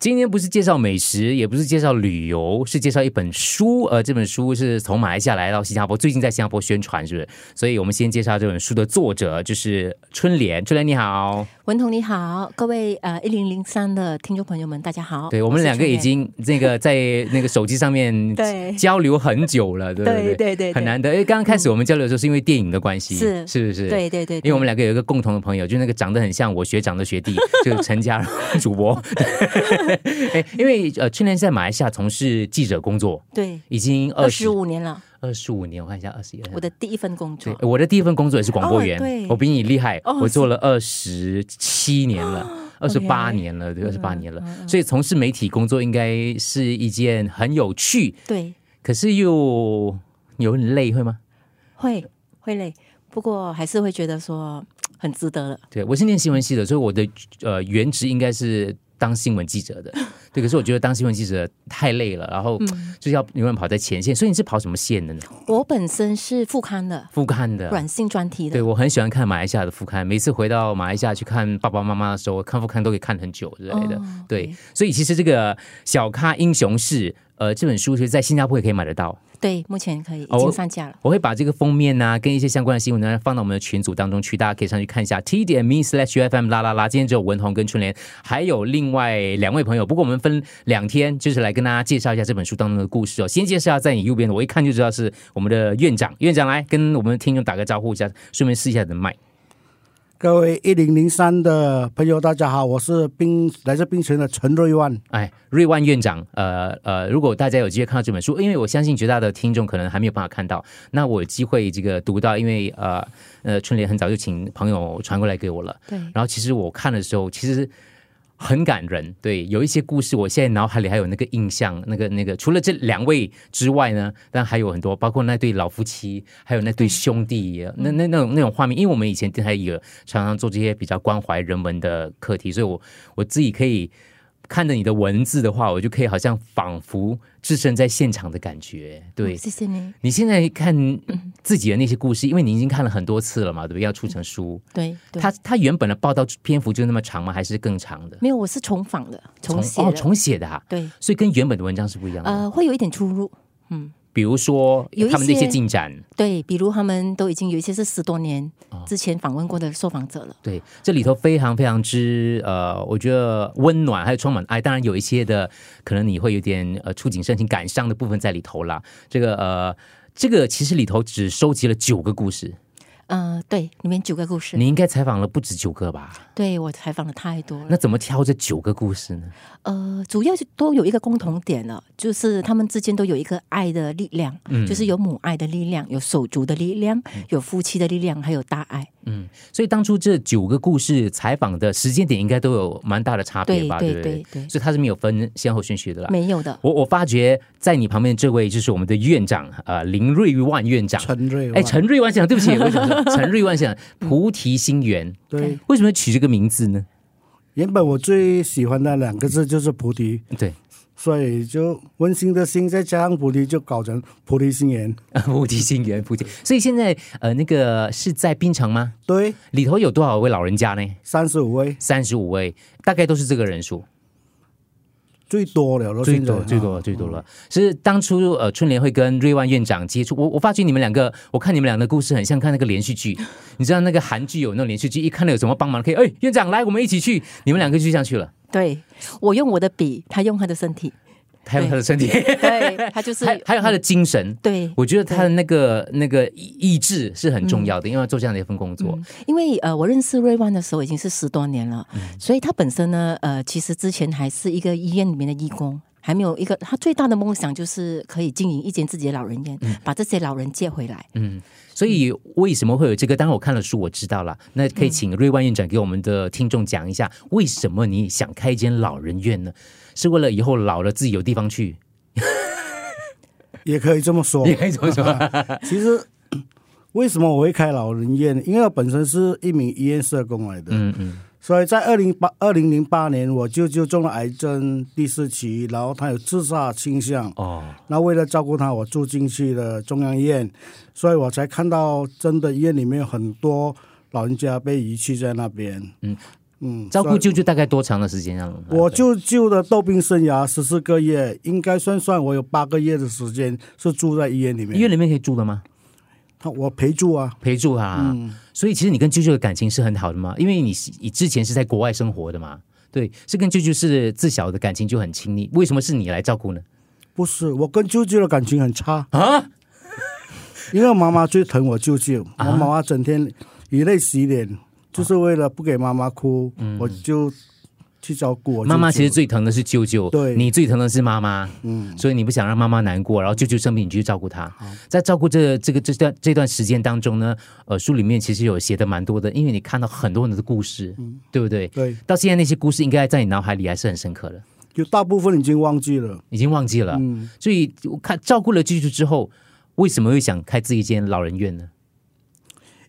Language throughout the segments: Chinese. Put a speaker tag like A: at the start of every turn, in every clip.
A: 今天不是介绍美食，也不是介绍旅游，是介绍一本书。呃，这本书是从马来西亚来到新加坡，最近在新加坡宣传，是不是？所以我们先介绍这本书的作者，就是春莲。春莲你好，
B: 文彤你好，各位呃一零零三的听众朋友们，大家好。
A: 对我们
B: 是
A: 两个
B: 春
A: 已
B: 燕
A: 经那个在那个手机上面
B: 对
A: 交流很久了，对不
B: 对对对，
A: 很
B: 对
A: 难得。因为刚刚开始我们交流的时候，是因为电影的关系，
B: 是
A: 是不是？
B: 对对对，
A: 因为我们
B: 对
A: 两个有一个共同的朋友，就是那个长得很像我学长的学 弟，就是陈家荣主播。 哎，因为呃，去年在马来西亚从事记者工作，
B: 对
A: 已经
B: 二
A: 二十
B: 十五年了，
A: 二十五年，我看一下，二十一。
B: 我的第一份工
A: 对
B: 作，，
A: 我的第一份工作也是广播员，
B: 哦对
A: 我比你厉害，
B: 哦
A: 我做了二十七年了，二十八年了，对，二十八年了。
B: 嗯
A: 所以从事媒体工作应该是一件很有趣，
B: 对，
A: 可是又有点累，会吗？
B: 会会累，不过还是会觉得说很值得了。
A: 对，我是念新闻系的，所以我的呃原职应该是当新闻记者 的。对，可是我觉得当新闻记者太累了，然后
B: 嗯
A: 就是要永远跑在前线。所以你是跑什么线的呢？
B: 我本身是副刊的
A: 副刊的。啊
B: 软性专题
A: 对，
B: 的，
A: 我很喜欢看马来西亚的副刊，每次回到马来西亚去看爸爸妈妈的时候，看副刊都可以看很久之类的。
B: 哦
A: 对
B: OK，
A: 所以其实这个《小咖英雄是呃，这本书其实在新加坡也可以买得到。
B: 对，目前可以
A: 哦
B: 已经
A: 我
B: 上架了。
A: 我会把这个封面呐、跟一些相关的新闻呢放到我们的群组当中去，大家可以上去看一下 t 点 me slash ufm 啦啦啦。今天只有文红跟春莲，还有另外两位朋友。不过我们分两天，就是来跟大家介绍一下这本书当中的故事哦。先介绍在你右边的，我一看就知道是我们的院长。院长来跟我们的听众打个招呼一下，顺便试一下你的麦。
C: 各位一零零三的朋友，大家好，我是冰来自冰城的陈瑞万。
A: 哎，瑞万院长，呃呃，如果大家有机会看到这本书，因为我相信绝大的听众可能还没有办法看到，那我有机会这个读到，因为呃呃，春莲很早就请朋友传过来给我了。
B: 对，
A: 然后其实我看的时候，其实很感人。对，有一些故事，我现在脑海里还有那个印象，那个那个，除了这两位之外呢，但还有很多，包括那对老夫妻，还有那对兄弟，那那那种那种画面。因为我们以前电台也常常做这些比较关怀人文的课题，所以我我自己可以。看着你的文字的话，我就可以好像仿佛置身在现场的感觉，对，
B: 谢谢你。
A: 你现在看自己的那些故事，因为你已经看了很多次了嘛，对不对？要出成书，
B: 对，对
A: 它它原本的报道篇幅就那么长吗？还是更长的？
B: 没有，我是重访的，重写
A: 哦，
B: 的，
A: 重嗯写的啊，
B: 对，
A: 所以跟原本的文章是不一样的。
B: 呃，会有一点出入。
A: 比如说
B: 有一
A: 他们的一些
B: 些
A: 进展，
B: 对，比如他们都已经有一些是十多年
A: 哦
B: 之前访问过的受访者了。
A: 对，这里头非常非常之呃，我觉得温暖，还有充满爱。当然有一些的，可能你会有点呃触景生情、感伤的部分在里头啦。这个呃，这个其实里头只收集了九个故事，
B: 呃，对，里面九个故事，
A: 你应该采访了不止九个吧？
B: 对我采访了太多了
A: 那。怎么挑这九个故事呢？
B: 呃，主要是都有一个共同点了，就是他们之间都有一个爱的力量，
A: 嗯
B: 就是有母爱的力量，有手足的力量，有夫妻的力量，还有大 爱。
A: 所以当初这九个故事采访的时间点应该都有蛮大的差别
B: 对
A: 吧？
B: 对
A: 不
B: 对对
A: 所以他是没有分先后顺序的啦。
B: 没有的，
A: 我我发觉在你旁边这位就是我们的院长，呃，林瑞万院长。
C: 陈瑞万，
A: 哎，陈瑞万先生，对不起，我想说 陈瑞万先生，菩提心源，
C: 对，
A: 为什么要取这个名字呢？
C: 哎原本我最喜欢的两个字就是菩提，
A: 对，
C: 所以就温馨的心再加上菩提，就搞成菩提心言。
A: 菩提心源，菩提。所以现在呃，那个是在槟城吗？
C: 对，
A: 里头有多少位老人家呢？
C: 三十五位
A: 三十五位，大概都是这个人数，
C: 最多了咯，
A: 最
C: 现在
A: 多最多了，最多了。是当初呃，春联会跟瑞万院长接触，我我发觉你们两个，我看你们俩的故事很像看那个连续剧，你知道那个韩剧有那种连续剧，一看到有什么帮忙可以，哎，院长来，我们一起去，你们两个就这样去了。
B: 对我用我的笔，他用他的身体，
A: 还有他的身体，
B: 对他 就是 嗯
A: 还还有他的精神。
B: 对，
A: 我觉得他的那个那个意意志是很重要的，因为要做这样的一份工作，
B: 因为呃，我认识瑞万的时候已经是十多年
A: 嗯
B: 了，所以他本身呢，呃，其实之前还是一个医院里面的义工。还没有一个，他最大的梦想就是可以经营一间自己的老人院，
A: 嗯
B: 把这些老人接回来。
A: 所以为什么会有这个？当然我看了书，我知道了。那可以请瑞万院长给我们的听众讲一下，为什么你想开一间老人院呢？是为了以后老了自己有地方去？
C: 也可以这么 说。
A: 你可以说哦什么？
C: 其实为什么我会开老人院？因为我本身是一名医院社工来的，
A: 嗯嗯，
C: 所以在二零八二零零八年，我舅舅中了癌症第四期，然后他有自杀倾向。
A: 哦，
C: 那为了照顾他，我住进去了中央医院，所以我才看到真的医院里面有很多老人家被遗弃在那边。
A: 嗯，
C: 嗯，
A: 照顾
C: 算
A: 舅舅大概多长的时间啊？
C: 我舅舅的逗兵生涯十四个月，应该算算我有八个月的时间是住在医院里面。
A: 医院里面可以住的吗？
C: 他我陪住啊，
A: 陪住他、所以其实你跟舅舅的感情是很好的嘛，因为你是你之前是在国外生活的嘛，对，是跟舅舅是自小的感情就很亲密，为什么是你来照顾呢？
C: 不是我跟舅舅的感情很差，
A: 啊，
C: 因为我妈妈最疼我舅舅，我妈妈整天以泪洗
A: 啊
C: 脸，就是为了不给妈妈哭，我就去照顾我舅
A: 嗯
C: 舅
A: 妈妈其实最疼的是舅舅，
C: 对
A: 你最疼的是妈妈，嗯，所以你不想让妈妈难过，然后舅舅生病，你就去照顾他。在照顾这这个这段这段时间当中呢，呃，书里面其实有写的蛮多的，因为你看到很多人的故事，
C: 嗯
A: 对不对？
C: 对，
A: 到现在那些故事应该在你脑海里还是很深刻的，
C: 就大部分已经忘记了。
A: 已经忘记了。
C: 嗯，
A: 所以我看照顾了舅舅之后，为什么会想开自己一间老人院呢？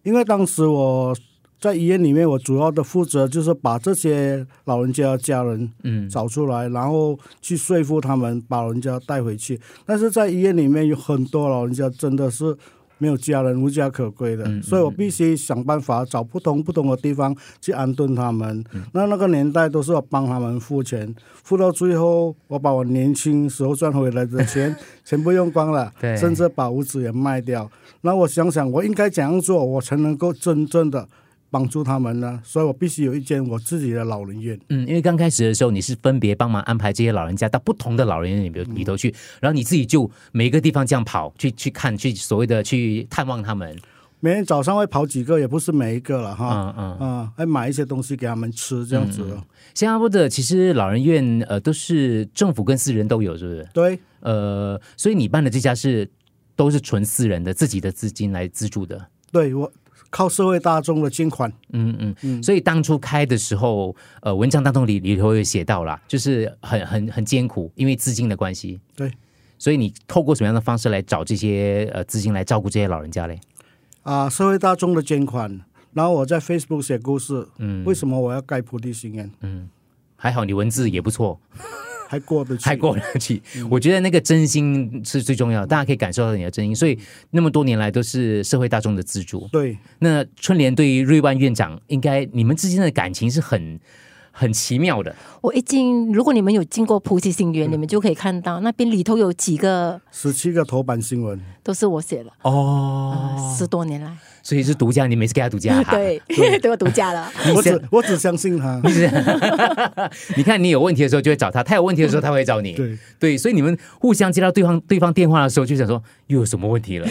C: 因为当时我在医院里面，我主要的负责就是把这些老人家的家人
A: 嗯，
C: 找出来，然后去说服他们把老人家带回去。但是在医院里面有很多老人家真的是没有家人、无家可归的，
A: 嗯
C: 所以我必须想办法找不同不同的地方去安顿他们。
A: 嗯
C: 那那个年代都是我帮他们付钱，付到最后，我把我年轻时候赚回来的钱 全部用光了
A: 对，
C: 甚至把屋子也卖掉。那我想想，我应该怎样做，我才能够真正的帮助他们呢？所以我必须有一间我自己的老人院。
A: 嗯，因为刚开始的时候你是分别帮忙安排这些老人家到不同的老人院里
C: 嗯
A: 边里头去，然后你自己就每个地方这样跑去去看去所谓的去探望他们。
C: 每天早上会跑几个，也不是每一个了哈。
A: 嗯嗯，
C: 啊，还买一些东西给他们吃，这样子。
A: 新加坡的其实老人院呃都是政府跟私人都有，是不是？
C: 对，
A: 呃，所以你办的这家是都是纯私人的，自己的资金来资助的。
C: 对我靠社会大众的捐款，
A: 嗯嗯，嗯，所以当初开的时候，呃，文章当中里里头有写到啦，就是很很很艰苦，因为资金的关系。
C: 对，
A: 所以你透过什么样的方式来找这些呃资金来照顾这些老人家嘞？
C: 啊，社会大众的捐款。然后我在 Facebook 写故事，嗯，为什么我要盖菩提心愿，
A: 嗯还好你文字也不错，
C: 还过得去，
A: 还过得去。我觉得那个真心是最重要的，大家可以感受到你的真心。所以那么多年来都是社会大众的资助。
C: 对，
A: 那春莲对于瑞万院长，应该你们之间的感情是很很奇妙的。
B: 我一进，如果你们有经过菩提心园，你们就可以看到那边里头有几个
C: 十七个头版新闻，
B: 都是我写的，
A: 哦，
B: 十多年来，
A: 所以是独家，你每次给他独家哈。
B: 对，都有独家了。
C: 我只我只相信他，
A: 你看你有问题的时候就会找他，他有问题的时候他会找你。
C: 对，
A: 所以你们互相接到对方对方电话的时候，就想说又有什么问题了？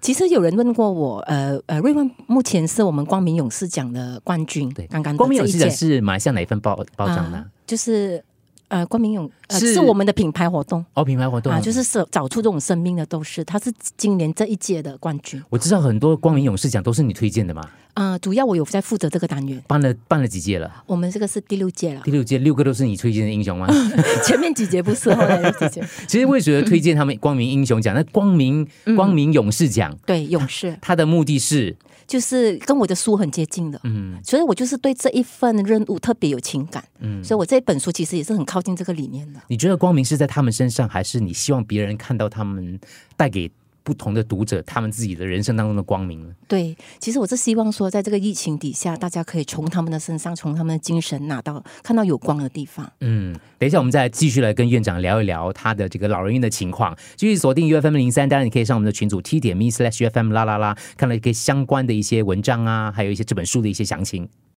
B: 其实有人问过我，呃呃，瑞万目前是我们光明勇士奖的冠军，
A: 对，
B: 刚刚的
A: 光明
B: 这
A: 勇
B: 一
A: 士奖
B: 届
A: 是马来西亚哪一份报报章呢、
B: 啊就是呃光明勇、呃、
A: 是
B: 是我们的品牌活动
A: 哦，品牌活动
B: 啊，就是是找出这种生命的斗士，他是今年这一届的冠军。
A: 我知道很多光明勇士奖都是你推荐的嘛，
B: 呃，主要我有在负责这个单元，
A: 办了办了几届了？
B: 我们这个是第六届了，
A: 第六届六个都是你推荐的英雄吗？
B: 前面几节不是，后来有几节。
A: 其实为什么推荐他们光明英雄奖？那光明
B: 嗯
A: 光明勇士奖，
B: 对，勇士
A: 它的目的是
B: 就是跟我的书很接近的，嗯，所以我就是对这一份任务特别有情感，嗯，所以我这本书其实也是很靠近这个理念的。
A: 你觉得光明是在他们身上，还是你希望别人看到他们带给不同的读者他们自己的人生当中的光明呢？
B: 对，其实我是希望说，在这个疫情底下，大家可以从他们的身上，从他们的精神拿到看到有光的地方。
A: 嗯，等一下，我们再继续来跟院长聊一聊他的这个老人院的情况。继续锁定 U F M 零三，当然你可以上我们的群组 t 点 me slash U F M 啦啦啦，看到一些相关的一些文章啊，还有一些这本书的一些详情。